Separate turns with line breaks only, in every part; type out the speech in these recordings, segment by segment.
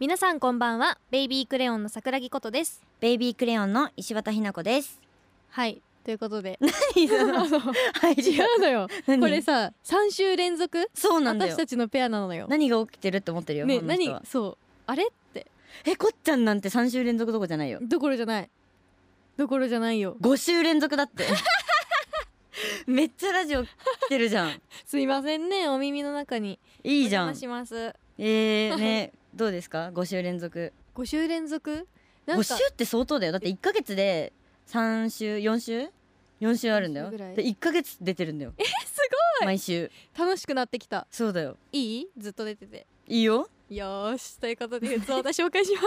皆さんこんばんはベイビークレヨンの桜木ことです
ベイビークレヨンの石渡ひな子 です。
はいということ で
何その
違
入りが
うのよ
何
これさ3週連続
そうなんだ
私
よ。
たちのペアなのよ
何が起きてるって思ってるよ。
ね
この人
何
は
そうあれって
えこっちゃんなんて三週連続どこじゃないよ。
どころじゃないどころじゃないよ
五週連続だって。 めっちゃラジオ来てるじゃん。
すいませんねお耳の中に
いいじ
お
ゃん
邪。魔します
えー、ねどうですか五週連続。
5週連続なん
五
か
週って相当だよ。だって一ヶ月で三週四週四週あるんだよ。
四週ぐらい
で一ヶ月出てるんだよ。えす
ごい
毎週
楽しくなってきた
そうだよ。
いいずっと出てて
いいよ。
よーしということで普通歌紹介しま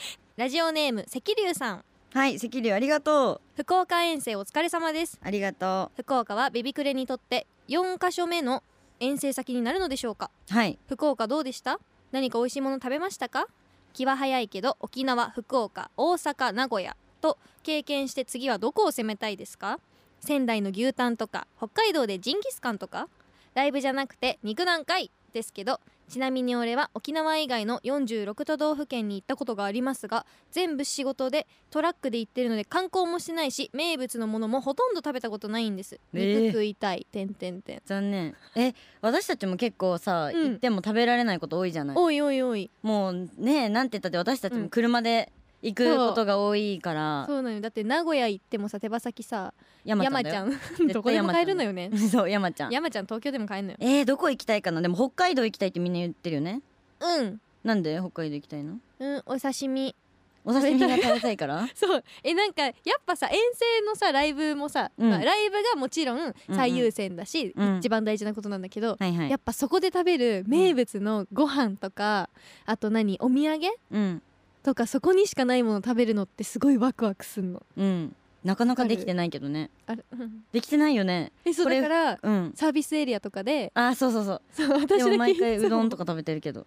す ラジオネーム関龍さん
はい関龍ありがとう
福岡遠征お疲れ様です
ありがと
福岡はベビクレにとって4カ所目の遠征先になるのでしょうか
う。はい
福岡どうでした何か美味しいもの食べましたか気は早いけど沖縄福岡大阪名古屋と経験して次はどこを攻めたいですか仙台の牛タンとか北海道でジンギスカンとかライブじゃなくて肉なんかいですけどちなみに俺は沖縄以外の46都道府県に行ったことがありますが全部仕事でトラックで行ってるので観光もしてないし名物のものもほとんど食べたことないんです
えー
肉食いたい、てんてんてん
残念え私たちも結構さ、
うん
行っても食べられないこと多いじゃない
おいおいおい
もうねなんて言ったって私たち
う
も
ん
車で行くことが多いから、
そうなのよだって名古屋行ってもさ手羽先さ
山
山
ち
ち
ゃ
ゃ
ん
ん
対
どこでも買えるのよね
だよ そう山ちゃん
山ちゃん東京でも買えるのよ
えー、どこ行きたいかなでも北海道行きたいってみんな言ってるよね
うん
なんで北海道行きたいの
うんお刺身
お刺身が食べたいから
そうえなんかやっぱさ遠征のさライブもさ、
うん
まあライブがもちろん最優先だし、
うん
一番大事なことなんだけど、
はいはい
やっぱそこで食べる名物のご飯とか、あと何お土産
うん
とかそこにしかないもの食べるのってすごいワクワクすんの
うんなかなかできてないけどね
あれ うん
できてないよね
えそう
これ
だから
うん
サービスエリアとかで
あーそうそうそう
そう私だ
で
け
も毎回うどんと
か
か食べてるけど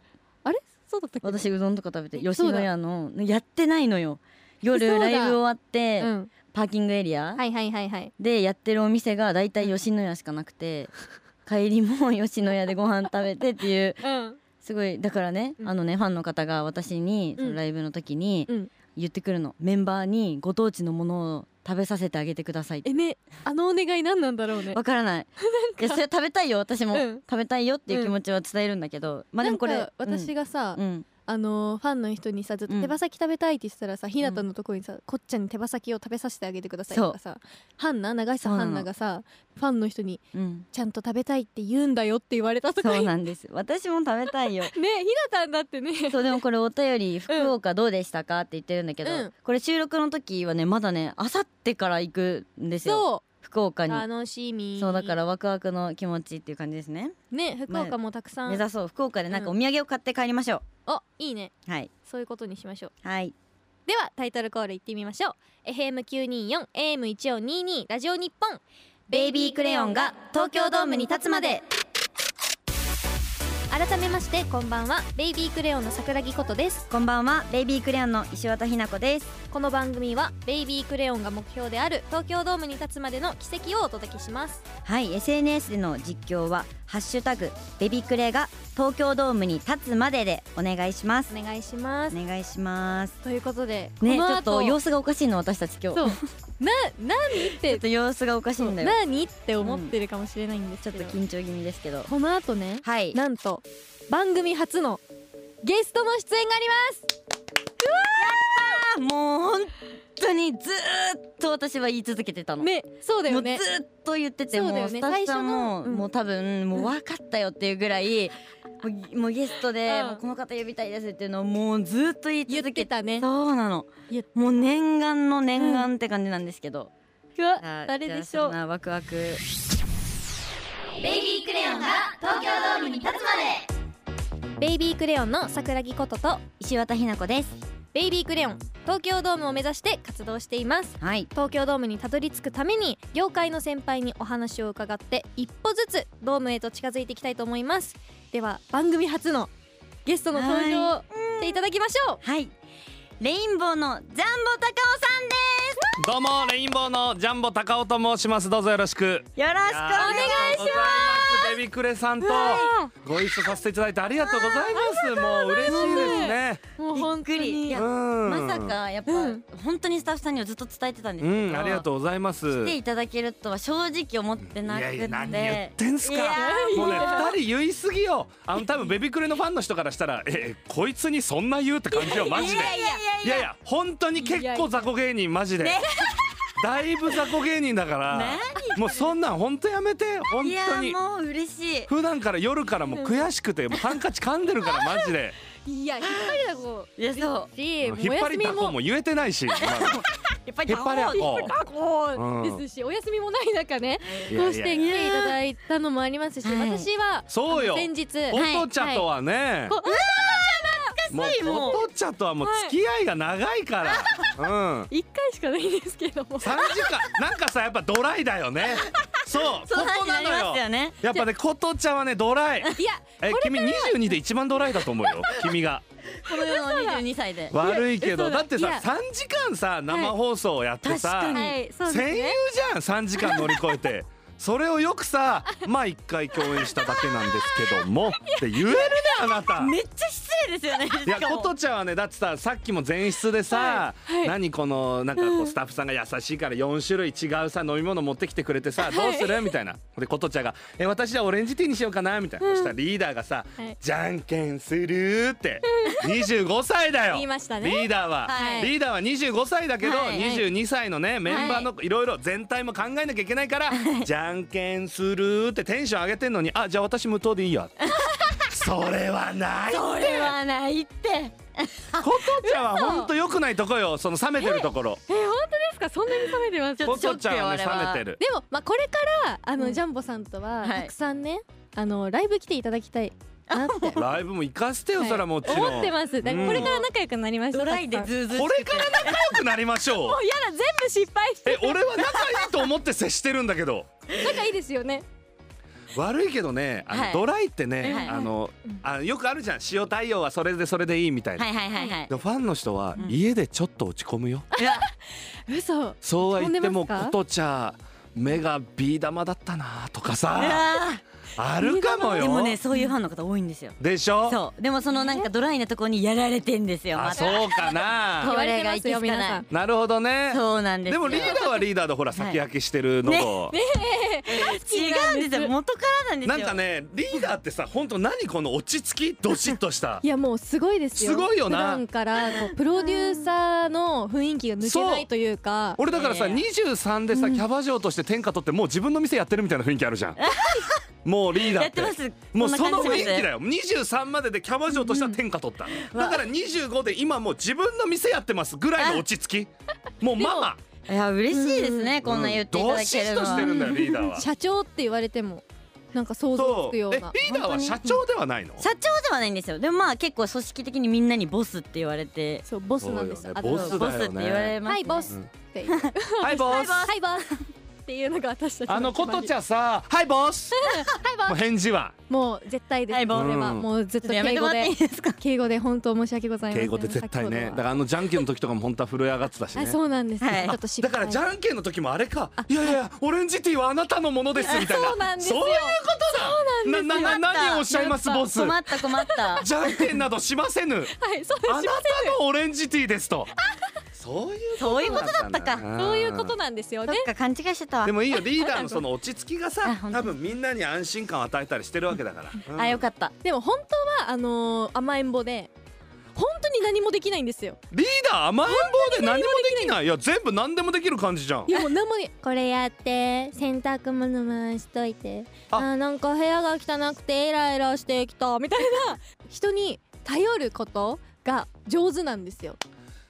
そうだったっけ
私うどんとか食べて
え
吉野家のやってないのよ
そ
夜
うだ
ライブ終わって、
うん
パーキングエリア
はいはいはいはい
でやってるお店がだいたい吉野家しかなく て、帰りも吉野家でご飯食べてっていう
うん
すごいだからね、
うん
あのねファンの方が私に
うん
そのライブの時に
うん
言ってくるの、メンバーにご当地のものを食べさせてあげてくださいって
えねあのお願い何なんだろうね
わからない いやそれ食べたいよ私も、
うん
食べたいよっていう気持ちは伝えるんだけど、まあでもこれ
なんか私がさ、
うん、うん
あのーファンの人にさずっ
う
と
ん
手羽先食べたいって言ってたらさ、ひなたのとこにさこっちゃんに手羽先を食べさせてあげてくださいとかさハンナ長久
そうな
ハ
の
ンナがさファンの人に
うん
ちゃんと食べたいって言うんだよって言われたとか
そう
ね
なんです私も食べたいよ
ひなたんだってね
そうでもこれお便り福岡どうでしたかって言ってるんだけど、
うん
これ収録の時はねまだねあさってから行くんですよ
そ
福岡
う
に
楽しみ
そうだからワクワクの気持ちっていう感じですね
ね福岡もたくさ
目
ん
指そう福岡でなんか
う
お
ん
土産を買って帰りましょう、
あいいね
はい
そういうことにしましょう
はい
ではタイトルコールいってみましょう FM924 AM1422 ラジオ日本
ベイビークレヨンが東京ドームに立つまで
改めましてこんばんはベイビークレヨンの桜木ことです
こんばんはベイビークレヨンの石渡ひな子です
この番組はベイビークレヨンが目標である東京ドームに立つまでの奇跡をお届けします
はい SNS での実況はハッシュタグベビクレが東京ドームに立つまででお願いします
お願いします、
お願いします
ということで
ねち
この
ょっ
後
と様子がおかしいの私たち今日
そうな何っ
ちょってと様子がおかしいんだよ
何って思ってるかもしれないんです
ち
け
ょっ
ど、
と緊張気味ですけど
この後ね
はい
なんと番組初のゲストの出演があります
もう本当にずーっと私は言い続けてたの、
ねそうだ
も
よ
うず
ね
ーっと言ってて
そうだ
も
よ
う
ね
スタッフさんも、
最初のうん
もう多分もう分かったよっていうぐらい、もうもうゲストで、
うん
もうこの方呼びたいですっていうのをもうずーっと言い
言っ
続
て
け
たね
そうなの
言っ
もう念願の念願って感じなんですけど、
うわ
あー
誰でし
じゃあ
ょ
そん
う
なワクワク
ベイビークレヨンが東京ドームに立つまで
ベイビークレヨンの桜木ことと
石渡ひな子です
ベイビークレヨン東京ドームを目指して活動しています
はい
東京ドームにたどり着くために業界の先輩にお話を伺って一歩ずつドームへと近づいていきたいと思いますでは番組初のゲストの登場をしていただきましょう
はいレインボーのジャンボ高尾さんで
どうもレインボーのジャンボ高尾と申しますどうぞよろしく
すよろしくお
お
願いします
ベビクレさんとご一緒させていただいてありがとうございますもう嬉しいですね。
もう本当
びっくりい
に
や
うん。
まさ。かやっぱ、
うん
本当にスタッフさんにはずっと伝えてたんです
う
けど、
ん、ありがとうございます。
来ていただけるとは正直思ってなくて
いやいや何言ってんす
いや
か
ー
もうね
いや
二人言いすぎよあの多分ベビクレのファンの人からしたらえこいつにそんな言うって感じよマジで
いやいや
いやいや本当に結構雑魚芸人マジでだいぶ雑魚芸人だからもうそんなん本当やめて本
いや
当
い
に
やもう嬉しい
普段から夜からもう悔しくてもうハンカチ噛んでるからマジで
いや引っ張りだこ
いやそう
し
引
も
っ
うお
張
休
り
み
だこ
も
も言えてないしまだ
やっぱり
引っ張りだこ
だこ
うん
ですしお休みもない中ね
い
こ
や
う
い
し
や
て来ていただいたのもありますし
はい
私は
そうよ
あの先日
ポトチャと
は
はね
こ
もう
いもう
ポトチャとはもう付き合いが長いからうん
い一回しかないんですけども
三時間なんかさやっぱドライだよねそう
そう
ここな
話になりま
の
すよ
よ
ね
やっぱねことちゃんはねドライ
いや
え君22で一番ドライだと思うよ君が
この世の22歳で
悪いけ
い
ど
や
だって
い
さ
や
3時間さ生放送やってさ、
確かに
はいそうです
戦友
ね
じゃん3時間乗り越え てそれをよくさまあ1回共演しただけなんですけどもって言えるね あなた
めっちゃ失礼ですよね
いや
しかも
ことちゃんはねだってささっきも前室でさ、
はいはい
何このなんかこうスタッフさんが優しいから4種類違うさ飲み物持ってきてくれてさ、どうするみたいなでことちゃんが「え私はオレンジティーにしようかな」みたいな、そしたらリーダーがさ「
はい
じゃんけんする」って、25歳だよ
言いましたね
リーダーは、
はい
リーダーは25歳だけど、
はい
22歳のねメンバーのいろいろ全体も考えなきゃいけないから「じゃんけんする」ってテンション上げてんのに「あじゃあ私無糖でいいや」それはないって
それはないって
ことちゃんは本当良くないとこよその冷めてるところ
え本当ですかそんなに冷めてます
ちょっ
こと
ショ
と
ック
ちゃんはね
よあれは
冷めてる
でもまあこれからあ
う
の
ん
ジャンボさんとは
はい
たくさんねあのライブ来ていただきたいなって
ライブも行かせてよ
はい
それはもちろん
思ってますだからこれから仲良くなりました
ドライで
たくさん
ズーズー
これから仲良くなりましょう
もうやだ全部失敗して
え俺は仲いいと思って接してるんだけど
仲いいですよね
悪いけどねあの、
はい
ドライってね、
はい
あのあよくあるじゃん塩対応はそれでそれでいいみたいな、
はいはいはいはい
でもファンの人は、
うん
家でちょっと落ち込むよ
いや
嘘
そうは言っても
落ち込んでます
こ
か
とちゃん目がビー玉だったなとか
い
さ
や
あるかも
ー
よ
でもねそういうファンの方多いんですよ
でしょ
そうでもそのなんかドライなとこにやられてんですよ
あ
また
そうかな
言
こ
われて
れが
ま
い
す
け
よ
つか
皆
な
さ
い
ん
なるほど ね。
そうなんです
で
よ
もリーダーはリーダーでほら先駆けしてるのと、
違うんですよ元からなんですよ
なんかねリーダーってさ本当何この落ち着きどしっとした
いやもうすごいですよ
すごいよな
普段からこうプロデューサーの雰囲気が抜けないというか
俺だからさ
いやい
23でさキャバ嬢として天下取ってもう自分の店やってるみたいな雰囲気あるじゃんもうリーダー
やっ
っ
ててます
もうその雰囲気だ
よ
よ23まででキャバ嬢としては天下取った、だから25で今もう自分の店やってますぐらいの落ち着きもうママ
いや嬉しいですね、
うん
こんな言っていただけるの
どしっとしてるんだよリーダーは
社長って言われてもなんか想像
そ
つ
う
く
え
よ
リ
うな
ーダーは社長ではないの
社長ではないんですよでもまあ結構組織的にみんなにボスって言われて
そうボスなんですよ
そうよね
あ
ボ
の
スだよね
って言われます、ね、
はいボス
う
っ
ん
ていう
はいボ
はい
ス
ボスはいボスっていうのが私たちの
あのことち
ゃ
ゃんさ「はいボス」もう返事は
もう絶対です
はいボス
これは
うん
もうずっ
ちょっ
と
とやめ
敬
ても
語
らって
で
いいですか
敬語で本当申し訳ございません
敬語で絶対ね
先ほどは
だからあのじゃんけんの時とかも本当は震え上がってたしね
あそうなんですよ
はい
ちょっと失
だ
敗
からじゃんけんの時もあれかいやいやオレンジティーはあなたのものですみたいな
そうなんですよ
そういうことだ
そうなんですよ
なな何をおっしゃいますボス
困った困った
じゃんけんなどしませぬ
はいそう
あな
しま
たのオレンジティーですとそういう
そういうことだったか
な
そういうことなんですよ
そ
ね
っか勘違いしてたわ
でもいいよリーダーのその落ち着きが
あ
さ
本当
多分みんなに安心感を与えたりしてるわけだから、うん
あよかった
でも本当はあのー甘えん坊で本当に何もできないんです よ
リーダー甘えん坊で何もできないいや全部何でもできる感じじゃん
いやもう何もねこれやって洗濯物回しといて
あ
あーなんか部屋が汚くてイライラしてきたみたいな 人に頼ることが上手なんですよ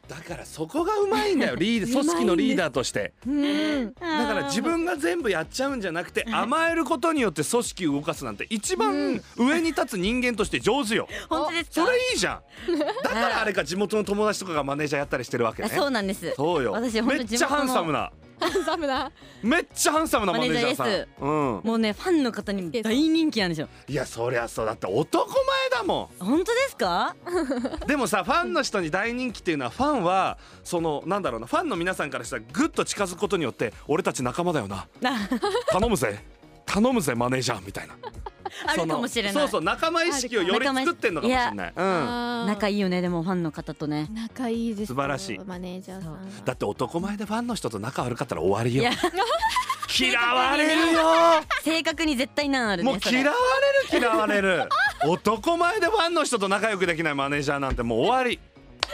だからそこがうまいんだよリーダー組織のリーダーとして
うん
だ
だ
から自分が全部やっちゃうんじゃなくて甘えることによって組織を動かすなんて一番上に立つ人間として上 手よ
本当ですか
それいいじ ゃんだからあれか地元の友達とかがマネージャーやったりしてるわけ
あ
ね
そうなんです
そうよ
私本
め
当
っ
地
ちゃ
元の
ハンサムな
ダメだ
めっちゃハンサムなマネージャーさ
マネージャーで
んうん
もうねファンの方にも大人気なんですよ
いやそりゃそうだって男前だもん
本当ですか
でもさファンの人に大人気っていうのはファンはそのなんだろうなファンの皆さんからしたらグッと近づくことによって俺たち仲間だよな
あ
頼むぜ頼むぜマネージャーみたいな
ある
その
かもしれない
そうそう仲間意識をより作ってんのかもしれないうん
仲
いい
いいよねでもファンの方とね
仲いいですよ
素晴らしい
マネージャーさんは
だって男前でファンの人と仲悪かったら終わり
い
よ
や
嫌われるよ
正確に絶対難あるね
もう
それ
嫌われる嫌われる男前でファンの人と仲良くできないマネージャーなんてもう終わり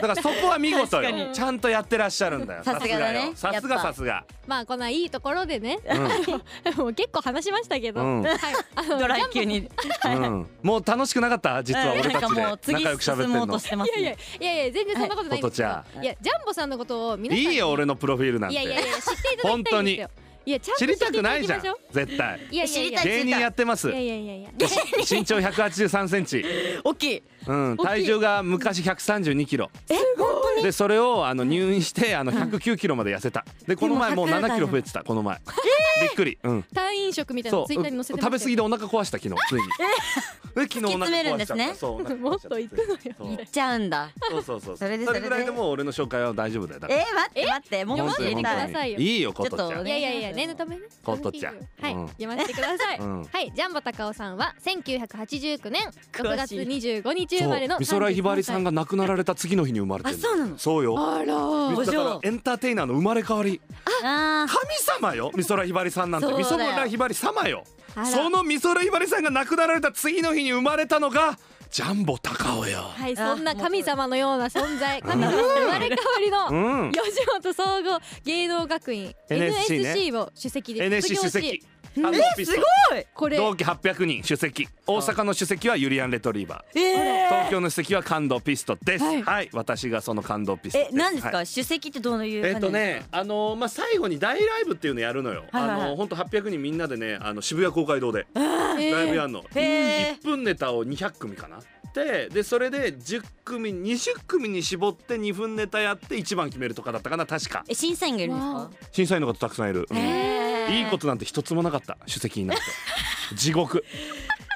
だからそこは見事
確か
よ
に
ちゃんとやってらっしゃるんだよ
さすがだね
さすが
やっ
よ
ぱ
さすが
まあこのいいところでね
さすが
もう結構話しましたけど、
うん
はい、あの
ドラ
ジャ
イ
ンボ
級に
うんうんもう楽しくなかった実は
うん
俺た
なんか
ちで
もう次
仲良く喋って
進
ん
もうと
の
してます
いやいやいやいや全然そんなことないんですよ、
はい
い、やジャンボさんのことを皆さんに
いいよ俺のプロフィールなん
いやいやい
て
や知っていただきたいんですよいやちゃんと
知りたくないじゃん
知って
絶対
いただきましょういやいやいや
知り
芸人やってます
いやいやいやいや
身長183センチ
大きい
うん、体重が昔132キロでそれをあの入院してあの109キロまで痩せたでこの前もう
でも100
7キロ増えてたこの前、びっくり、うん、
退院食みたいな
そ
の
う
ツイッターに載せてました
食べ過ぎでお腹壊した昨日ついにで昨日
突
お腹
き詰めるん
壊
で
しち
す
ゃっ
ね
たそうお 腹
も
壊
っ
しちゃった
と行くのよ
そう
行っちゃうんだ
そうそうそう
それで
そ
それで
れぐらいでもう俺の紹介は大丈夫だよだか
え
ら
ー、待って待っても
読
う
ませ
知
て
り
くだ
た
さい
い
よ
いいよことちゃ
ちょっ
ん
いやいやいや念のためね
ことちゃん
はい、
うん
読ませてください、
うん
はいジャンボ高尾さんは1989年6月25日生まれの
そう美空ひばりさ
が
んが亡くなられた次の日に生まれてる
あそうなの
そうよ
あら
お
だか
嬢
らエンターテイナーの生まれ変わり
あー
神 様よ美空ひばりさんなんて
そうだよ
美空ひばり様よ
あら
その美空ひばりさんが亡くなられた次の日に生まれたのがジャンボ高尾よ
はい
あ
そんな神様のような存在神様の生まれ変わり
う
の
ん
吉本総合芸能学院
NSC ね
NSC を首席で
NSC
卒業
主
し
席ハンドピスト
ごい
これ
同期800人主席大阪の主席はユリアン・レトリーバー
え
東京の主席は感動ピストです
は
はいい、私がその感動ピスト
ー、え何ですか、
はい
主席ってどういう感
えっ
じ
と
で
ね
すか、
あのまあ、最後に大ライブっていうのやるのよ、
はいはいはい
あの本当800人みんなでねあの渋谷公会堂で
えー
ライブやんの、一
へー
1分ネタを200組かなででそれで10組20組に絞って2分ネタやって1番決めるとかだったかな確か
え審査員がいるんです
わ
か
審査員の方たくさんいる、うん
えー
いいことなんて一つもなかった主席になって地獄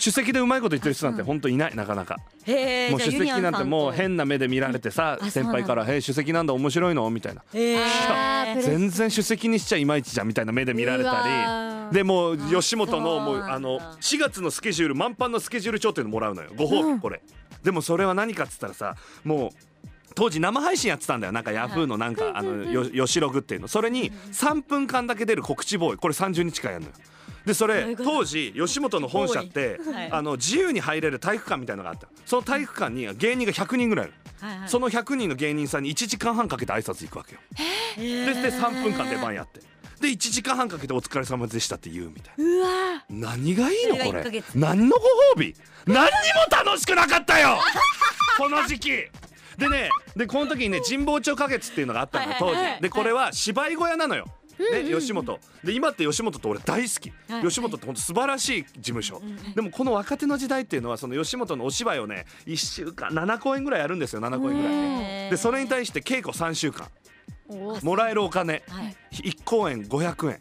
主席でうまいこと言ってる人なんて本当いないなかなか
へー
もう
じゃあ
主
ユ
席
ニアン
なん
さ
て
と
もう変な目で見られてさ
あそう
先
なんだ
輩から「へ主席なんだ面白いの?」みたいな
へ ー
あープレッ
全然主席にしちゃいまいちじゃんみたいな目で見られたりでもう吉本
そう
のもう
なんだ
あの4月のスケジュール満帆のスケジュール帳っていうのもらうのよご褒美これ、でもそれは何かっつったらさもう当時生配信やってたんだよなんかヤフーのなんか、あのよよしログっていうのそれに3分間だけ出る告知ボーイこれ30日間やるのよでそ
どうい
れ
うこと
当時吉本の本社って、
はい
あの自由に入れる体育館みたいなのがあったその体育館に芸人が100人ぐらいいる
はいはい
その100人の芸人さんに1時間半かけて挨拶行くわけよでで3分間出番やってで1時間半かけて「お疲れ様でした」って言うみたいな
うわ
何がいい
そ
の
れが
こ
1ヶ
れ
月
何のご褒美何にも楽しくなかったよこの時期でねでこの時にね神保町花月っていうのがあったのよ
はいは
当
いはい
時でこれは芝居小屋なのよね、吉本で今って吉本って俺大好き、
はい
吉本って本当素晴らしい事務所、でもこの若手の時代っていうのはその吉本のお芝居をね1週間7公演ぐらいやるんですよ7公演ぐらい、
へー
でそれに対して稽古3週間
お
もらえるお金
はい
1公演500円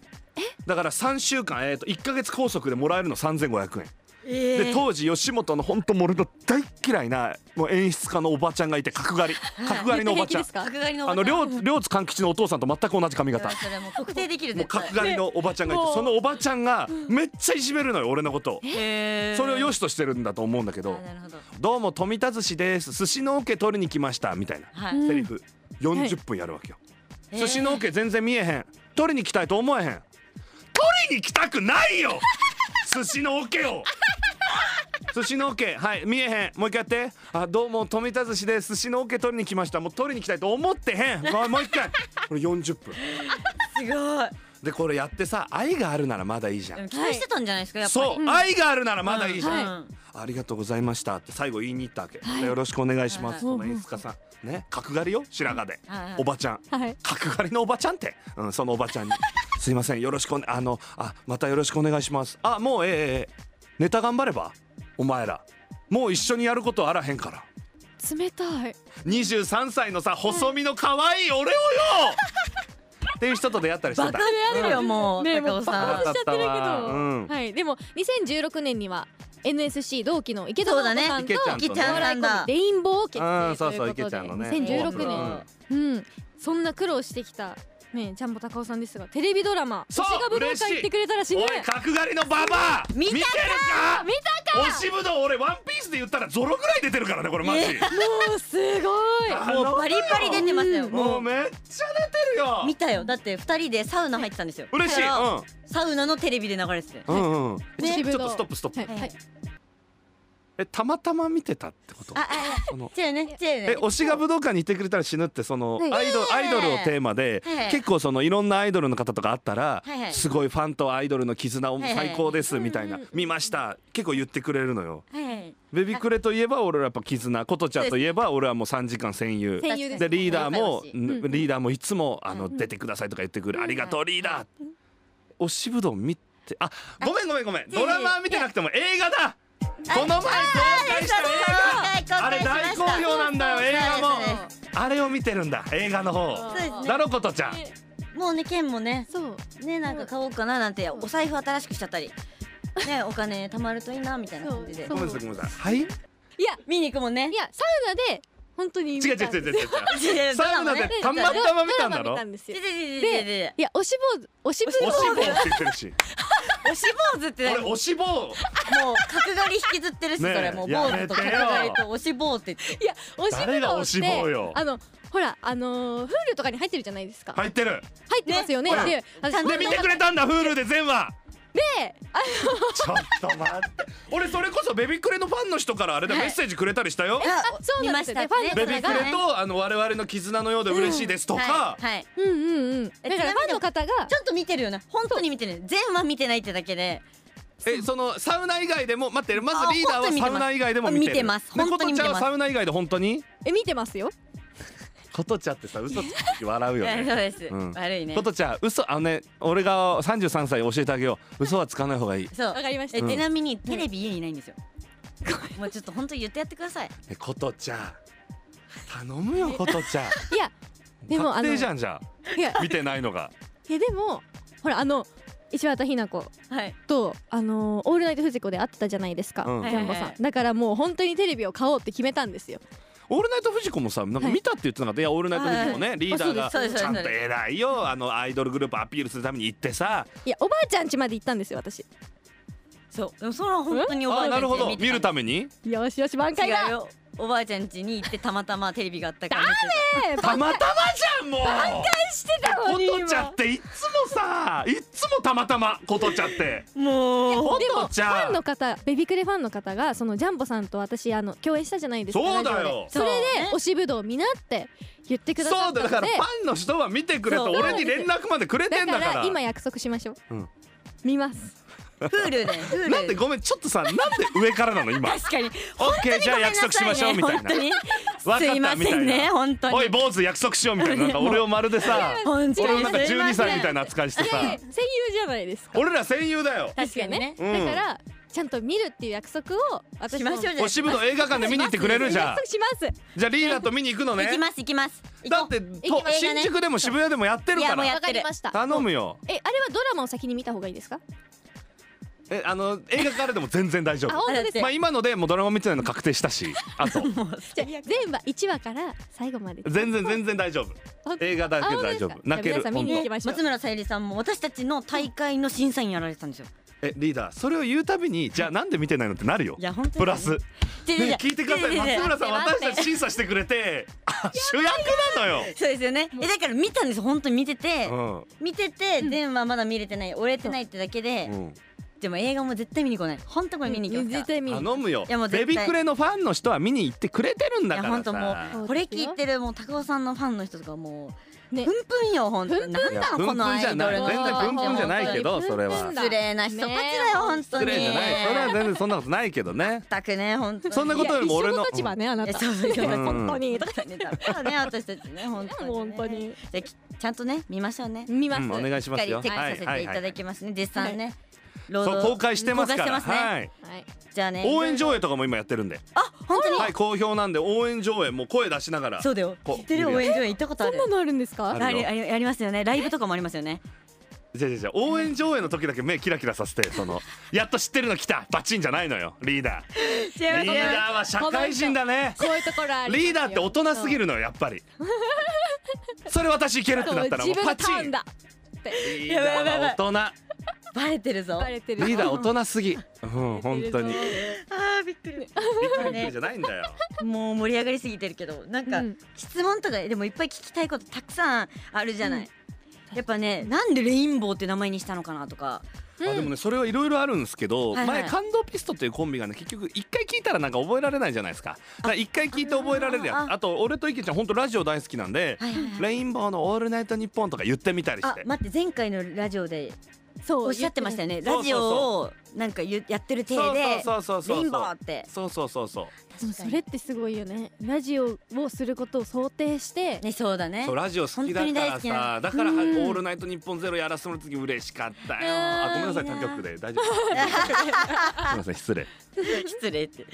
だから3週間、えー、と1か月拘束でもらえるの3500円
え
で当時吉本の本当もう俺の大嫌いなもう演出家のおばちゃんがいて角刈り角刈りのおばちゃ
平気で
ん
すか
角刈りのおば
あ
ちゃ
の
ん
両津両津勘吉のお父さんと全く同じ髪型
それもう特定できる
もう
絶対
角刈りのおばちゃんがい
も
て
う
そのおばちゃんがめっちゃいじめるのよ俺のことを
へー
それを良しとしてるんだと思うんだけ
あ
ど
なるほど
「どうも富田寿司です寿司のオケ取りに来ました」みたいな
はい
セリフ40分やるわけよ。
えー
寿司のオケ全然見えへん取りに来たいと思えへん取りに来たくな いよ寿司のオケを寿司のオケはい見えへんもう一回やってあどうも富田寿司です寿司のオケ取りに来ましたもう取りに来たいと思ってへんもうもう一回これ40分
すごい
でこれやってさ愛があるならまだいいじゃ
で
ん
も期待してたんじゃないですかやっぱり
そう、愛があるならまだいいじゃん、
うん
は
ありがとうございましたって最後言いに行ったわけ、よろしくお願いします、
は
その演出家さんね角刈りよ白髪で、
はいはい
おばちゃん、
はい
角刈りのおばちゃんって、うん、そのお ばちゃんに「すいませんよろしくお、ね、あのあまたよろしくお願いしますあもうええええネタ頑張ればお前らもう一緒にやることあらへんから
冷たい
23歳のさ細身の可愛い俺をよ!」っていう人と出会ったりして
バカ
た
で。あるよもう
ねえ
高
も
尾
う爆
さ
発しちゃってるけ
腹立った
ど、
わうん
はいでも2016年には NSC 同期の池田
そうだ
直
ね
人さんと
池ちゃ
ん
ん
き
と
ち
ね
ゃんさ
笑い込
ん
み
だ
レインボーを決
う
定
ん、そ
と
うそう
いうこ
池
と
ち
で
ゃんのね
2016
うん
年うんそんな苦労してきたねえジャンボ高尾さんですがテレビドラマ「
そ
星
う
が武道館行ってくれたら死ぬ」
おい角刈りのババア
見たか
てるか
見たか
おしぶどう俺ワンピースで言ったらゾロぐらい出てるからねこれマジ、
もうすごい
あの
もうバリバリ出てますよ。
も
も
う
う
めっちゃ出てるよ
見たよ。だって二人でサウナ入ってたんですよ。
嬉しい
だから
う
サウナのテレビで流れてて。
んうんうん
ね
ちょちょっとストップストップ、
はいはい
えたまたま見てたってこと
あ、あ、
その
違うよね、違うよ
え
ね。
推しが武道館に行ってくれたら死ぬってその
はい
アイドルアイドルをテーマで
はい
結構そのいろんなアイドルの方とかあったら
はいはい
すごいファンとアイドルの絆
は
を
いはい
最高ですみたいな
うんうんうん
見ました結構言ってくれるのよ
はい。
ベビクレといえば俺らやっぱ絆琴ちゃんといえば俺はもう3時間戦友
戦友です
でリーダーも
仲良し
んうん
リーダーもいつもあの
うん
出てくださいとか言ってくるありがと
は
うリーダー推しぶどう見てあごめんごめんごめんドラマは見てなくても映画だこの前公開した映画あ
公開
れ
しました
大好評なんだよ映画も
そうですね
あれを見てるんだ映画の
そ
方
う
ですね
だろことちゃん
ね
もうね、ケンもね、
そう
ね、なんか買おうかななんて、お財布新しくしちゃったり。ね、お金貯まるといいなみたいな感じで
そ
ご
う。
めんなさいごめんなさいはい違
いや
見に行くもんね
い。やサウナで本当に見
う違う
たん
違う
です
違う違う
違う
サウナ
ドラ
で
マね
たまたま見たんだ
ドラマ
ろ
見たんです
違う
よ
違う違う違う違う
でいや推し坊推し
推し
坊
棒って言ってるし
推し坊主ってね
俺
もう
推し棒
角刈り引きずってるしそ
ねえ
れもう
や
坊
め
主
て
と
よ
角刈りと推し坊って言って
いや推し
誰
ぶ
が
どう
推し棒
っ
よ
てあのほらあのー Hulu とかに入ってるじゃないですか、
入ってる
入ってますよね
ね
で私
ちゃんと
で見てくれたんだ Hulu で全話
であ
ちょっと待って 俺それこそベビクレのファンの人からあれだ
はい
メッセージくれたりしたよ
あ
そうなんですよね
見まし
フ
た
ァ
ベ
ンの
ビ
方
ク
が
レとあの我々の絆のようで嬉しいですとか
はいはい
うんうんうんだか
え
ら
ちなみに
ファンの方が
ちょっと見てるよね本当に見てる全話見てないってだけで
えそのサウナ以外でも待ってま
あ
ずリーダーは
本当に見てま
サ
す
ウナ以外でも見てる
見てます
で
本当に見てます
ことちゃんはサウナ以外で本当に
え見てますよ
ことちゃんってさ嘘つく時笑うよ
いやそうで
ね
す
うん
悪いね
ことちゃん嘘あのね俺が33歳教えてあげよう嘘はつかない方がいい
そう
わかりました
え
うん
ちなみにテレビ家にないんですよもうちょっと本当に言ってやってください
ねことちゃん頼むよことちゃん
いやでもあ
確
の
定
い
じゃんじゃ
や
あ見てないのが
いやでもほらあの石渡ひな子
はい
とあのーオールナイトフジコで会ってたじゃないですか、
うん
ジャンボさん、
はいはい
だからもう本当にテレビを買おうって決めたんですよ
オールナイトフジコもさなんか見たって言ってなかった、い、やオールナイトフジコね、リーダーが
あそうです
ち
そ
ゃ
うんですそうです
と偉いよあのアイドルグループアピールするために行ってさ
いやおばあちゃん家まで行ったんですよ私
そうでもそれは本当におばあ
あ
ちゃ
なんるほど
家
見るために
よしよし満
違
開だ
うよおばあちゃん家に行ってたまたまテレビがあったから
ねえ
たまたまじゃんもう挽回して
たのに
ことちゃんっていっつもさいっつもたまたまことちゃんって
もう
でも
こと
フ
ちゃん
ァンの方ベビクレファンの方がそのジャンボさんと私あの共演したじゃないですか
そうだよ
ラジオでそれで
そうね
推しぶどう見なって言ってくださ
そ
っ
う
た
だ
の
だ
で
からファンの人は見てくれと
そう
俺に連絡までくれてんだ
だ
から
から今約束しましょう、
うん
見ます
フールでフール
なんでごめんちょっとさなんで上からなの 今
確かに
オッケーじゃあ約束しましょうみたいな
本当に
わか
す
った
いません
みたい
ね
な
本当
おい
に
坊主約束しようみたいななんか俺をまるでさ
本当に
俺をなんか
すいませ
12
ん
歳みたいな扱いしてさ
戦友じゃないですか
俺ら戦 友だよ
確かにね
うん
だからちゃんと見るっていう約束を私
し
も
ましょうじゃ
おしぶの映画館で見に行ってくれる じゃん
約束します
じゃあリーダーと見に行くのね
行きます行きます行
だ
こ
っ
う
て
行
と
こう
新宿でも渋谷でもやってる
い
か
やもうや
ら
わかりました
頼むよ
えあれはドラマを先に見た方がいいですか
えあの映画からでも全然 大丈
あ
夫
本当です
だって
まあ今のでもうドラマ見てないの確定したし あと
じゃあ全話一話から最後まで
全然全然大丈夫
本当
映画だけど大丈
あ本当ですか
夫泣ける
じゃあ皆さん見に行
本
きましょう
松村さゆりさんも私たちの大会の審査員やられてたんですよ
当えリーダーそれを言うたびにじゃあなんで見てないのってなるよ
いや本当に
プラス
違う違う違う
ね聞いてくださ
違う
い
違う違
松
う
村さん
待って
私たち審査してくれてあ主役なのよ
そうですよねえだから見たんですよ本当に見てて見てて電話まだ見れてない折れてないってだけで
うん
でも映画も絶対見に来ない本当これ見に行きま
絶
すから
対見に行きましょう
頼むよ
いやもう
ベ
絶対
ビクレのファンの人は見に行ってくれてるん
い
だ
や
から
本当も
さ
もう
うこれ聞いてるもう高尾さんのファンの人とかもう
ね
プンプンよ本当になん
いや
なの
プ
こ
ン
の
プン
アイ
じ
ド
ゃ
ルの
ない全然プンプンじゃないけど
本当に
それは
プンプンだ
失礼な人たちだよ本当
失
に
礼じゃないそれは全然そんなことないけどね
全くね本当に
そんなことよりも俺の
いや一緒立場ねあない
や
た
そうそうそう
うん
本当に
だからねだからね私たちね本当にね
本当に
じゃあきちゃんとね見ましょうね
見ます
うんお願いしますよ
しっか
は
り
い
チェックさせ
は
て
い
いた
は
だ
い
きますね絶賛ね労
そう
働
公開してますから
公開してますね
はい
はい
じゃあね
応援上映とかも今やってるんで
あ本当に
はい好評なんで応援上映もう声出しながら
そうだよ知
こう
ってる応援上映行ったことあ
そん
る
なのあるんですか
あ
あ
る
れ
よ
あれありますよねライブとかもありますよね
じゃじゃじゃ応援上映の時だけ目キラキラさせてそのやっと知ってるの来たバチンじゃないのよリーダ
違
ーリーダーは社会人だね
こういうところありますよ
リーダーって大人すぎるのよやっぱりそれ私いけるって
そう
なったらも
自分
うパ
のタ
チ
ーン
ン
だ
リーダーは大
バレてるぞ
バレて
人
る
リーダー大人すぎ うん本当に
あーびっくり
じゃないんだ よ
もう盛り上がりすぎてるけどなんか、
うん
質問とかでもいっぱい聞きたいことたくさんあるじゃない、
うん
やっぱねなんでレインボーって名前にしたのかなとか
あでもねそれはいろいろあるんですけど、
はいはい
前感動ピストっていうコンビがね結局一回聞いたらなんか覚えられないじゃないですかだから一回聞いて覚えられるやつ
あ
あと俺と池ちゃん本当ラジオ大好きなんで
はいはい
「
はい
レインボーのオールナイトニッポン」とか言ってみたりし
あ
て
待って前回のラジオで
そう
おっしゃってましたよね
そうそ
ラ
う
ジ
そう
オをなんかゆやってる体
そう
で
そうそうそう
レインボ
そ
ー
う
って
そうそうそうそう
でもそれってすごいよねラジオをすることを想定して
ねそうだね
そうラジオ好きだ
本当に
か
大
ら
好きな
さだから「オ
うん
ールナイトニッポンゼロやらせてもらった時嬉しかったよ
あー
あごめんなさい
いいな
他局で大丈夫すみません失礼
失礼って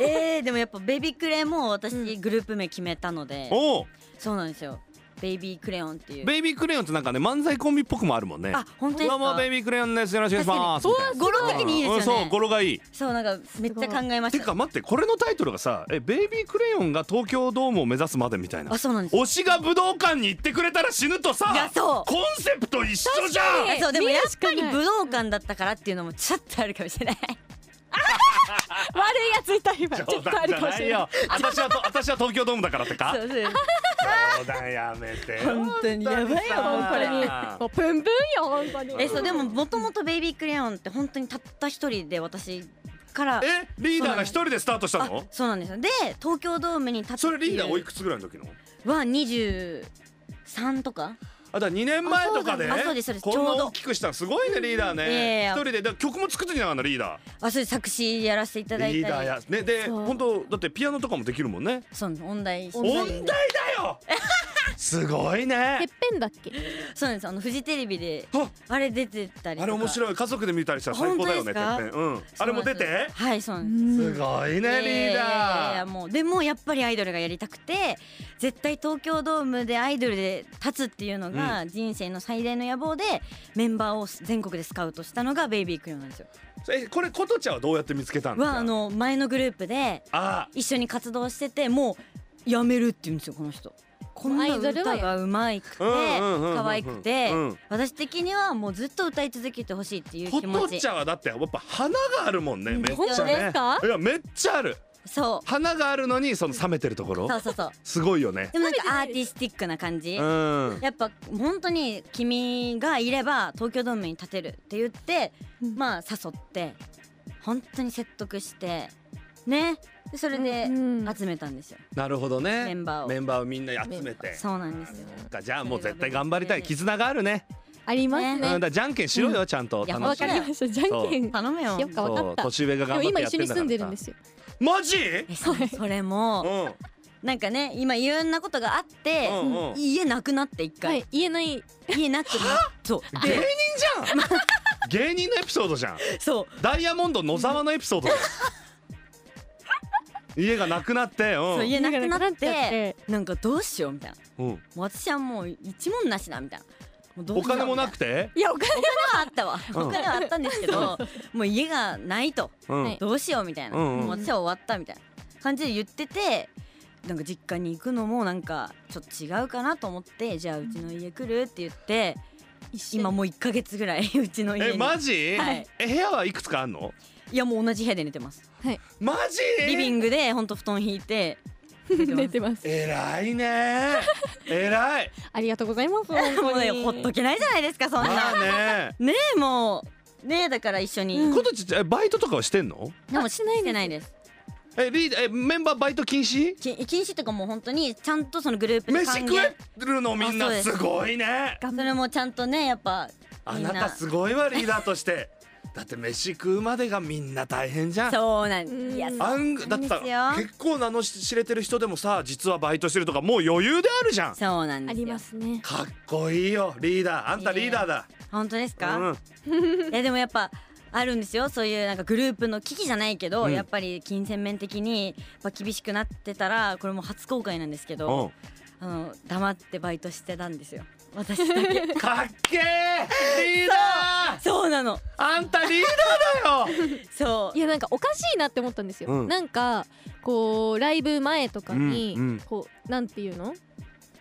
えー、でもやっぱベビークレも私グループ名決めたので、
おお
そうなんですよベイビークレヨンっていう
ベイビークレヨンってなんかね漫才コンビっぽくもあるもんね
あ本当ですか
どうもベイビークレヨンですよろしくお願いします
確かにおー
みたいな
語呂的にいいですよね
うんそう語呂がいい
そうなんかめっちゃ考えましてた
か待ってこれのタイトルがさえベイビークレヨンが東京ドームを目指すまでみたいな
あそうなんです
推しが武道館に行ってくれたら死ぬとさ
いやそう
コンセプト一緒じゃん
いやそうでも
見
や
る
っ
し
ぱ
かない
り武道館だったからっていうのもちょっとあるかもしれない
悪いやついた今ちょ
冗
っとあ
談
る
じ
か
ゃ
も
な
し
い
れない
よ私はと私は東京ドームだからってか
そうそう
冗談やめて
本当にやばいよ
本
もうプンプンよ本当に
えそうでももともとベイビークレヨンって本当にたった一人で私から
当にえリーダーが一人でスタートしたの
そうなんですよで東京ドームに立つ
それリーダーおい
く
くつぐらいの時の
は23とか
あだから2年前とかで
あそうですそうです
こん
ちょ
な
うど
大きくしたのすごいねリーダー
いやい
ね
や
一人でだから曲も作ってきなかったリーダー
あそうです作詞やらせていただい
リーダ
た
ー
り
やねで
そう
本当だってピアノとかもできるもんね
そう音大
音大だよ すごい
てっ
ね
ぺんだっけ
そうなんですあのフジテレビで
あ
あれ出てたりとか
あれ面白い家族で見たりしたら最高だよねてっ
本当で
ぺんうんあれも出て
はいそうなんです
すごいねリ
いやいや
ー
いやい
ダ
や
ー
もうでもやっぱりアイドルがやりたくて絶対東京ドームでアイドルで立つっていうのが人生の最大の野望でメンバーを全国でスカウトしたのがベイビークリオなんですよ。
えこれ琴ちゃんはどうやって見つけたんです
は
か
あの前のグループで
あ
一緒に活動しててもう辞めるって言うんですよこの人。こんな
アイドルは
歌がうまいくて
うんうんうんうん
可愛くて
うん
私的にはもうずっと歌い続けてほしいっていう気持
琴ち
ち
ゃんはだってやっぱ花があるもんね
うん
めっ
本
ち
当
ゃ
で
ね
すか
いやめっちゃある
そう
花があるのにその冷めてるところ
そうそうそう
すごいよね
でもなんかアーティスティックな感じ、
うん
やっぱ本当に君がいれば東京ドームに立てるって言って、
うん
まあ誘って本当に説得してねでそれで
うん
集めたんですよ、
なるほどね
メンバーを
メンバーをみんな集めて
そうなんですよ
かじゃあもう絶対頑張りたい絆があるね
あります
う
ね
んだからじゃんけんしろよちゃんと
いや
わ
楽し
か
い
わ
りましたじゃんけん
頼むよ
しよっかわか
そ
っ
う
た
年上が
でも
頑張っ
今
てやっ
一緒に
てんだから
住んでるんですよ
マジ
えそうそれも
うん
なんかね今いろんなことがあって、
うんうん
家なくなって一
は
回、
い言えない
家 なくなってそう
芸人
で
じゃん芸人のエピソードじゃん
そう
ダイヤモンド野沢のエピソー ドだよ家がなくなってう
そうん家なくなって
なくなっちゃって
なんかどうしようみたいな
うん
もう私はもう一文なしだみたいなもうどう
お
しようみた
金
い
もなくて
いやお金
あったわ
うん
お金はあったんですけどもう家がないと
うん
はい
どうしようみたいな、
うんう
も
ん
う私は終わったみたいな感じで言っててなんか実家に行くのもなんかちょっと違うかなと思ってじゃあうちの家来るって言って今もう1か月ぐらい うちの家に
えマジ
はい
え部屋はいくつかあんの
いやもう同じ部屋で寝てます
マジ
リビングでほんと布団引いて 寝てま
寝
す
てます
偉 いね偉い
ありがとうございます本
もう
当
ね
に
ほっとけないじゃないですかそん
ま
な
あね
ねえもうねえだから一緒に、
うん
ことちえバイトとかはしてんの
でもしないないです
えリーダーえメンバーバイト禁止
き禁止とかもう本当にちゃんとそのグループで
飯
歓
食
迎
えるのみん
あ
な
そうです
すごいね
それもちゃんとねやっぱ
あ
みん
なたすごいわリーダーとしてだって飯食うまでがみんな大変じゃん
そうなん
うん
いや
あんだって
な
さ
んですよ
結構名の知れてる人でもさ実はバイトしてるとかもう余裕であるじゃんか
そうなん
あ
ですよ
りますね
っこいいよリーダーあんたリーダーだ、
本当ですか、
うん
いやでもやっぱあるんですよそういうなんかグループの危機じゃないけど、
うん
やっぱり金銭面的にやっぱ厳しくなってたらこれもう初公開なんですけど、あの黙ってバイトしてたんですよ私だけ
うんかっけーリーダー
そうなの
あんたリー ダーだよ
そう
いやなんかおかしいなって思ったんですよ、
うん
なんかこうライブ前とかに、
うんうん
こうなんていうの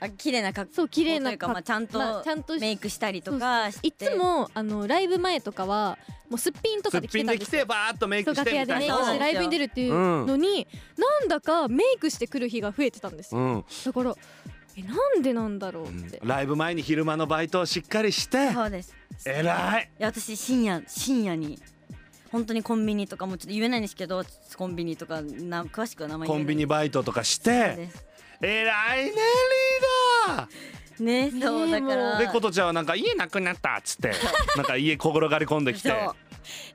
あ綺麗な格好
そう綺麗
と
な
いうか、まあ、ちゃんと
まあちゃんとし
メイクしたりとかして
いつもあのライブ前とかはもうすっぴんと
す
か
っ
で来
ぴ
て
ん
たん
で
で
来
すよ
てバーっとメイ
そ
ク
う
し
楽
て
屋
み
で
た
メ
い
イ
な
ク
そう
して
なんですよ
ライブに出るっていうのに、なんだかメイクしてくる日が増えてたんですよ、
うん
だからえなんでなんだろうって、
ライブ前に昼間のバイトをしっかりして
そうです
偉い
いや私深夜深夜に本当にコンビニとかもちょっと言えないんですけどコンビニとかな詳しくは名前
コンビニ
ば
バイトとかし
そう
て
です
偉いねリーダー
ね
ね
そうだか
も
ら
で琴ちゃんはなんか家なくなったっつってなんか家転がり込んできて
そう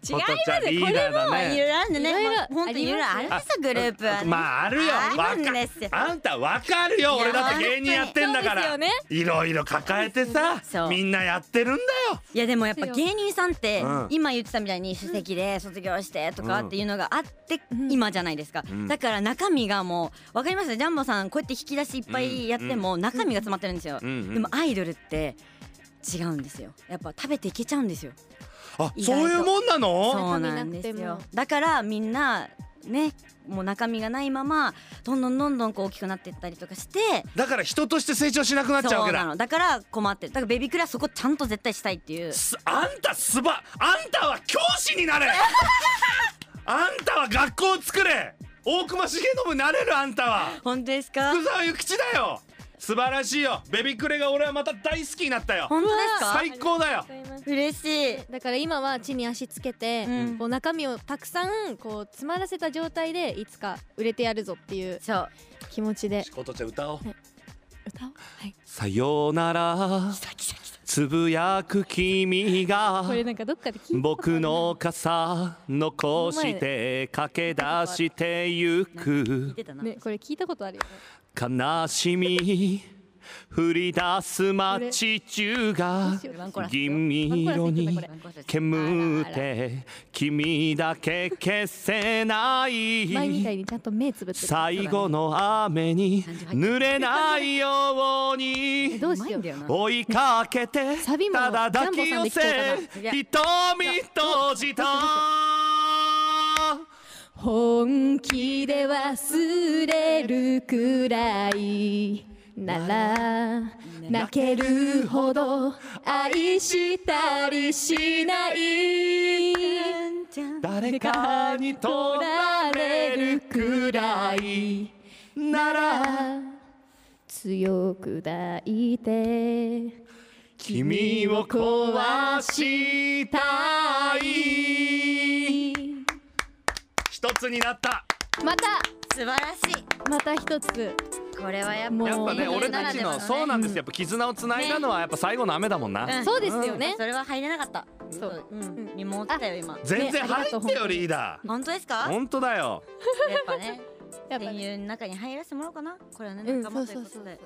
違いますこれも
まあいろいろあるんだね
いろいろ
まあ本当にいろいろあるんですよグループはね
まああるよ
あるん
わか
ですよ
あんたわかるよ
いや
俺だって芸人やってんだか
そ
ら
うですよね
いろいろ抱えてさ
そう
みんなやってるんだよ
いやでもやっぱ芸人さんって
うん
今言ってたみたいに首席で卒業してとか
うん
っていうのがあって
うん
今じゃないですか
うん
だから中身がもうわかりますジャンボさんこうやって引き出しいっぱいやっても中身が詰まってるんですよ
うんうん
でもアイドルって違うんですよやっぱ食べていけちゃうんですよ
あ
意外
そ
と
ういうもんなの
そうなんです
中身な
よ
くて
だからみんなねもう中身がないままどんどんどんどんこう大きくなっていったりとかして
だから人として成長しなくなっちゃう
そう
わけ
な
だ
のだから困ってるだからベビークラはそこちゃんと絶対したいっていう
すあんたすばあんたは教師に なれあんたは学校を作れ大隈重信になれるあんたは
本当ですか
福沢諭吉だよ素晴らしいよベビクレが俺はまた大好きになったよ
本当ですか
最高だよ
嬉しい
だから今は地に足つけて、
うん
こう中身をたくさんこう詰まらせた状態でいつか売れてやるぞっていう
そう
気持ちで
ことちゃん歌おう
歌おうはい
さようならつぶやく君が
これなんかどっかで聞いたことある
僕の傘残して駆け出してゆ
聞い
く
てたな、
ねこれ聞いたことあるよね
悲しみ降り出す街中が
ワンコーラス
銀色に
これ
煙って君だけ消せない
前みたいにちゃんと目つぶってる
最後の雨に濡れないよう
え
に
どうしよう
だよな
追いかけて
サビも
ただ抱き寄
ジ
せ
ャンボさんで聞こ
瞳閉じた
本気で忘れるくらいなら泣けるほど愛したりしない
誰かに取られるくらいなら
強く抱いて
君を壊したい一つになった
また
素晴らし
また一つ
いこれはやっ
も
ぱ
う
やっぱね
もう
俺たちのそうなんですよやっぱ絆をつないだのはやっぱ最後の雨だもんな、
ん
そうですよね
それは入れなかった
そう
うん、見守ってたよ今
全然入って
ねありがと
よ
う
リーダー
本当ですかやっ
本当だよ
ぱ ね
やっぱ
戦
ね
友の中に入らせてもらおうかなこれはね
うん
仲間ということで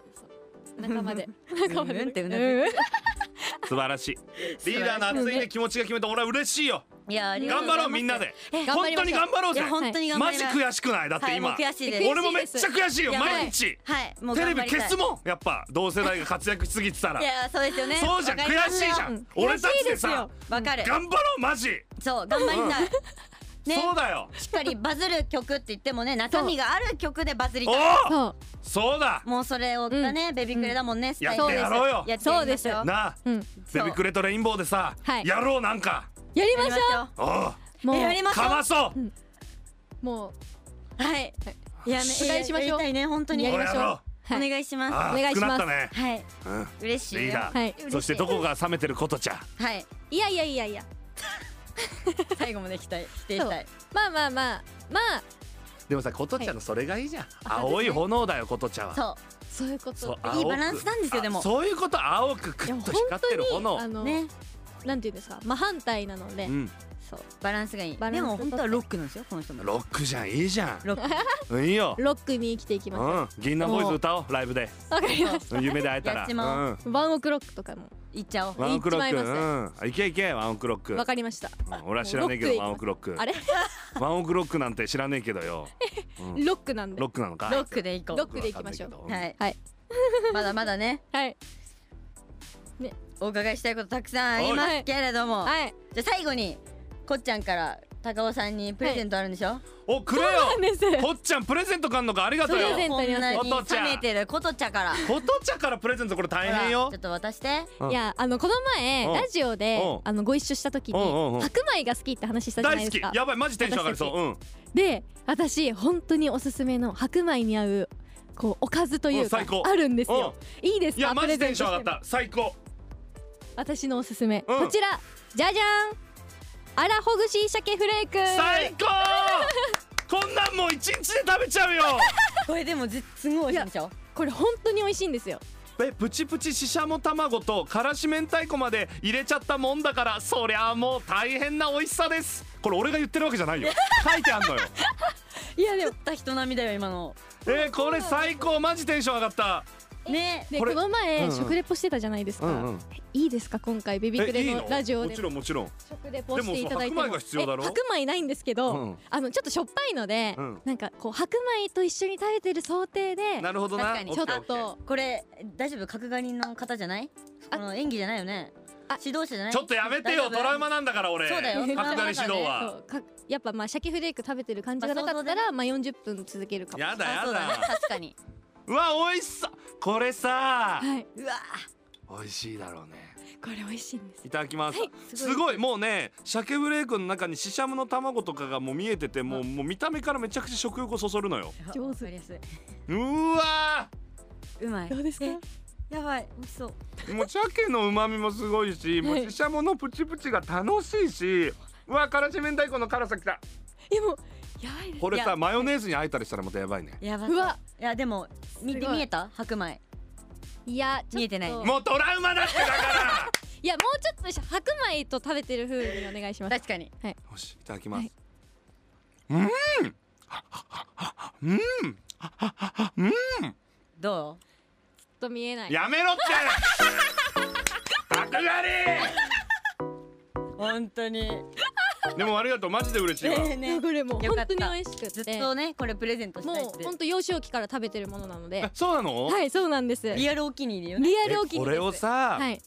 仲間で
仲間でうんってうなずいて
ん
素晴らしいリーダーの熱いね気持ちが決めた俺は嬉しいよ
いやありがと
頑
うございま
張ろう
す
みんなで
頑
え
張
本
り
当
ましょ
に
う
頑張ろう
い
ぜ
や本当に頑張
マ
り
ジ
ます
悔しくないだって今、
はいもう悔しいです
悔
俺もめっちゃ悔しいよ
いや
毎日
はいもう
テ
頑
レビ
張りたい
消すもんやっぱ同世代が活躍しすぎてたら
いやそうですよね
そうじゃん
わ
悔
かります
しいじゃ
うんん
俺たち
悔しい
で
です
さ
よ
わかる
頑張ろうマジ
そう頑張りたいね
そうだよ
しっかりバズる曲って言ってもね中身がある曲でバズり
お
たい
お
そう
そうだ
もうそれをがね、ベビークレだもんね、スタイル
やってやろうよ
やってやりましょ
そう
なあ
うん
そう
ベビクレとレインボーでさ
はい
やろうなんか
やりまし
やりましょう
おお
ょうも
やりましょ
かまそう
うも
はいいやね
お願いしましょう
やりたいね本当に
や
お
り
お
ましょう
ろ
は
お
い
願いします
ああ
お願いします
熱くなったね
はい
うん
嬉しいよ
リーダ
は
ー
い
嬉しい
そしてどこが冷めてることちゃん
はいう
いやいやいやいや
最後まで期待否定したい
まあまあまあまあ
でもさことちゃんのそれがいいじゃん
あ
青い炎だよことちゃんは
そ
そういうこと
そう青く
いいバランスなんですよでも
あそういうこと青くくっ
いや
と
本
光ってる
当に
炎
あの、
うね
なんていうんですか真反対なので、
うん
そうバランスがいい
バランス
でも本当はロックなんですよこの人も
ロックじゃんいいじゃん
ロック
うんいいよ
ロックに生きていき
う
ましょ
ん銀杏ボーイズ歌おうライブで
うわかりまし
うん夢で会えたら
やっちまおう
うん
たワンオクロックとかも
いっちゃおう
ワンオクロッ
行っちまい
クうんいけいけワンオクロック
わかりました
うん俺は知らねえけどワン
も
オ
う
クロック
あれ
ワンオクロックなんて知らねえけ どようん
ロックなんで
ロ
は
ックなのか
ロックでいこ
ロッ
う
クで行きましょう
わかんな
はいい
はい
まだまだね
い
お伺いしたいことたくさんありますけれども
はい
じゃあ最後にこっちゃんから高尾さんにプレゼントあるんでしょ、
おくれよ
なんです
こっちゃんプレゼントかんのかありがとう
プレゼント
こ
よ
んなに
お父ちゃ
冷
ん
めてることちゃから
ことちゃんからプレゼントこれ大変
ほ
よ
らちょっと渡して
うん
いやあのこの前
うん
ラジオで
うん
あのご一緒した時に
うんうんうん
白米が好きって話したじゃないで
大好
す
き
か
やばいマジテンション上がりそううん
で私本当におすすめの白米に合うこうおかずという
お
か
最高
あるんですよいいですか
いやマジテンション
プレゼトしても
上がった最高
私のおすすめ、
うん
こちらじゃじゃんあらほぐし鮭フレーク
最高こんなんもう一日で食べちゃうよ
これでもぜすごい美味しいんでしょ
これ本当に美味しいんですよ
えプチプチししゃも卵とからし明太子まで入れちゃったもんだからそりゃもう大変な美味しさですこれ俺が言ってるわけじゃないよ書いてあんのよ
いやでも
食った人並みだよ今の
えー、これ最高マジテンション上がった
ね
で
こ
こ
れ
の前、
うんうん
食レポしてたじゃないですか、
うん
いいですか今回ベビク
えい
レ
い
のラジオ
も
で
ちろんもちろん
食レポしていただいて
でもその白米が必要だろ
え白米ないんですけど、
うん
あのちょっとしょっぱいので、
うん
なんかこう白米と一緒に食べてる想定で
なるほどな
確かに
オッ
ちょ
ケ
っ
ーオッケー
と
これ大丈夫角刈りの方じゃない
あ
この演技じゃないよね
あ
指導者じゃない
ちょっとやめて
大
よ
丈夫
トラウマなんだから俺
そうだよ
角刈り指導
そ
は
うかやっぱまあ鮭フレーク食べてる感じがなかったら、まあ、40分続けるかも
やだ
あ
や
そうだね
だ
確かに
うわ美味しさこれさ
はいう
わ
美味しいだろうね
これ美味しいんです
いただきます、
はい
すごいもうね鮭フレークの中にシシャムの卵とかがもう見えててもうもう見た目からめちゃくちゃ食欲をそそるのよ
上手
わかりやす
うーわ
いうまい
どうですか
えやばい美味しそう
ーもう鮭の旨味もすごいしもう
はい
シシャムのプチプチが楽しいしうわからし明太子の辛さきた
えもうやばいです
これ
い
さ
や
マヨネーズにあえたりしたらまたやばいね
やばそう
うわ
いやでも見
す
て
ごい
見えた白米
いやちょっと
見えてない
もうトラウマだってだから
いやもうちょっとし白米と食べてる風にお願いします
確かに
よしいただきます、
はいう
ーんうん
ど
ちょっと見えない
やめろって角刈り
う本当に
でもありがとうマジで嬉しいわ
ねえねえ
これもう
よか
本
った
当に美味しくて
ずっとねこれプレゼントしたいっ
もう
て
本当幼少期から食べてるものなので
えそうなの、
はいそうなんですリ
リアルお気に入りよね
ア
え
ルお気に
こ
入り
れを
です
さ、
はい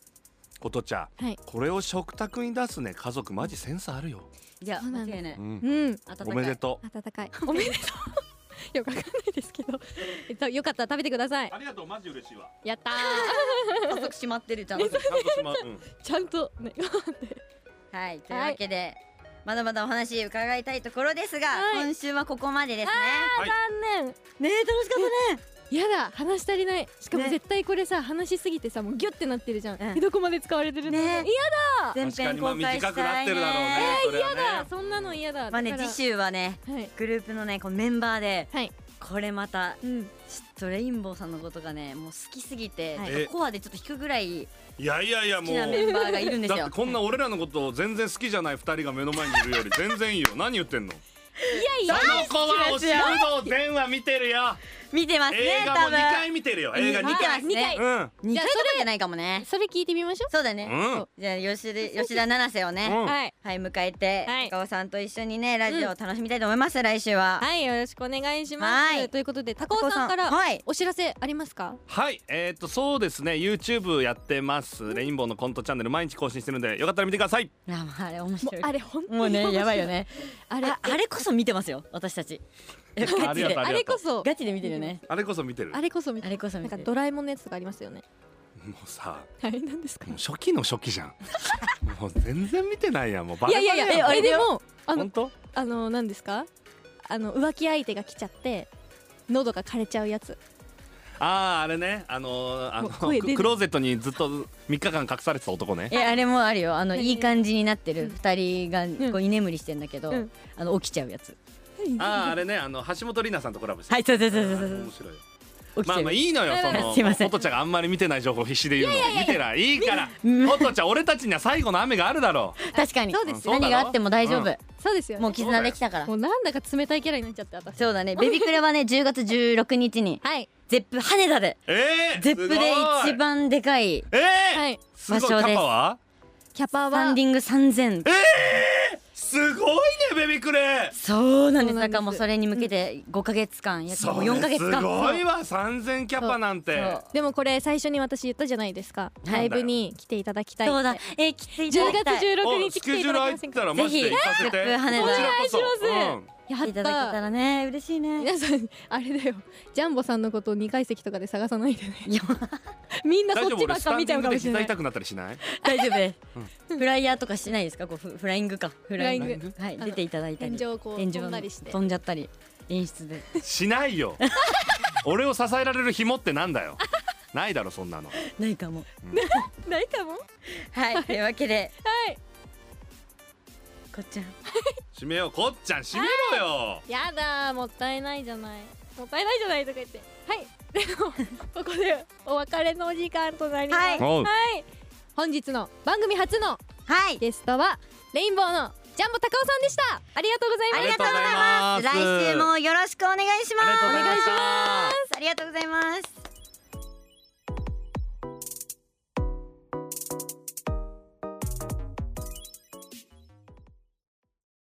ことちゃん
はい
これを食卓に出すね家族マジセンスあるよ、
いや
そうな
間
んです
違いない
うん
うん
温かい
おめでとう
温かいおめでとう よくわかんないですけどえっとよかったら食べてください
ありがとうマジ嬉しい わ
やったー
早速閉まってるちゃんと
ちゃんとしまう、うん
ちゃんと ね
はいというわけで、まだまだお話伺いたいところですが、
はい
今週はここまでですね
はい
残念
ねえ楽しかったね
やだ話し足りないしかも
ね
絶対これさ、話しすぎてさもうギュッてなってるじゃん、
うん
えどこまで使われてるんだろう、
ね
いや
前
確か
編
にまあ
公開
短
し
くな
た
っ
い
て
ね
るだろうね、それはね
だそんなの嫌だ
まあね
だから
次週はね
はい
グループのねこのメンバーで
はい
これまた
うん
ちょっとレインボーさんのことがねもう好きすぎて、
はい
ちょっとコアでちょっと引くぐらい
いやいやいや
好
も
きなメン
う
バーがいるんです
だっ
よ
てこんな俺らのことを全然好きじゃない二人が目の前にいるより全然いいよ何言ってんの
い
そ
やいや
の子はお仕事全話見てるよ
見てますね
映画
多
も二回
分
見てるよ映画二
見てますね
あ二回
うん
二
じゃ
回
あ
とかじゃないかもね
それ聞いてみましょ
そうだね、
うん
じゃあ吉田吉田七瀬をね、
うん
うはい
はい迎えて、
はい
高尾さんと一緒にねラジオを楽しみたいと思います、来週は、
はいよろしくお願いします、
はい
ということで高尾さんから
はい
お知らせありますか
はいえっ、とそうですね YouTube やってますレインボーのコントチャンネル毎日更新してるんでよかったら見てください
いやもうあれ面
も
白
う
い
あれ本当に
もう ね
面白
やばいよね
あれ
ああれこそ見てますよ私たちガ
あり
チ
が
で
とう
あれこそ
ガチで見てるよね
あれこそ見てる
あれこそみた
あ
いな
れこそ
な
見
ん
て
か
る
ドラえもんのやつとかありますよね
もうさ
はいなんですか
もう初期の初 期じゃんもう全然見てないやんもうバ
い
レ
や
バ
い
レ
やいや
えあ
え
れだ
で
よ
もあの
本当
あの何ですかあの浮気相手が来ちゃって喉が枯れちゃうやつ
あああれねあのーあ
も
の
う声出る
クローゼットにずっと3日間隠されてた男ね
えあれもあるよあの
何
いい感じになってる二人がこう居眠りしてんだけど、
うん
あの起きちゃうやつ
あああれねあの橋本里奈さんとコラボして
はいそうそうそうそう
あ
そ
れ
う
面白いよ
起きち
ま
ゃ
あ
う、
まあいいのよそ の
すいません
音ちゃんがあんまり見てない情報必死で言うの見てないいいから
うん
音ちゃん俺たちには最後の雨があるだろ
確かに
そうです
よ
何があっても大丈夫、
そうですよね
もう絆できたから
もうなんだか冷たいキャラになっちゃって私
そうだねベビクレ はね10月16日に
はい
ゼップ羽田で
うえー
ゼップ
すごい
で一番でかい
えー
はい
すごい
場所
パ
です
パは
キャパ
ファ
は
ンディング3000
すごいねベビクレ
そうなんです
そうなんです
だからもうそれに向けて5ヶ月間約
そ
もう
れ
4ヶ月間
すごいわ3000キャパなんて
そう
でもこれ最初に私言ったじゃないですか
い
ライブに来ていただきたいって
そうだえーきつい
10月16
お
日
ス
来て
ケ
い
ジ
た
ュール
だけませ
入って
ん
た
から
マジで行かせ
ぜ
て
ひ
こちらこそ
お願いし
うん
や
来ていただけた
った
らね嬉しいね
皆さんあれだよジャンボさんのことを2階席とかで探さないでね
いや
みんな
大
そ
丈
っ
夫
ちば
俺
っ
スタ
か
ン
見ち
デ
ゃ
ィン
う
グ
かも
で
しれ
膝
ない
痛くなったりしない
大丈夫ですフライヤーとかしないですかこうフフライングかフライング
フライング
はい
あの
出ていただいた
天
り
井をこう
天井
飛んだりして
飛んじゃったり演出で
しな いよ俺を支えられる紐ってなんだよないだろそんなの
ないかも
ないかも
はいというわけで
はい
こっちゃん
締めようこっちゃん締めろよ
やだーもったいないじゃないもったいないじゃないとか言ってはいでもここでお別れのお時間となります
はい
おう
はい本日の番組初の
はい
ゲストはレインボーのジャンボ高尾さんでしたありがとうございま
あ
し
り
た
がとうございます
ありがとうござ
来
います
週もよろしくお願いします
ありがとうございました
ありがとうございます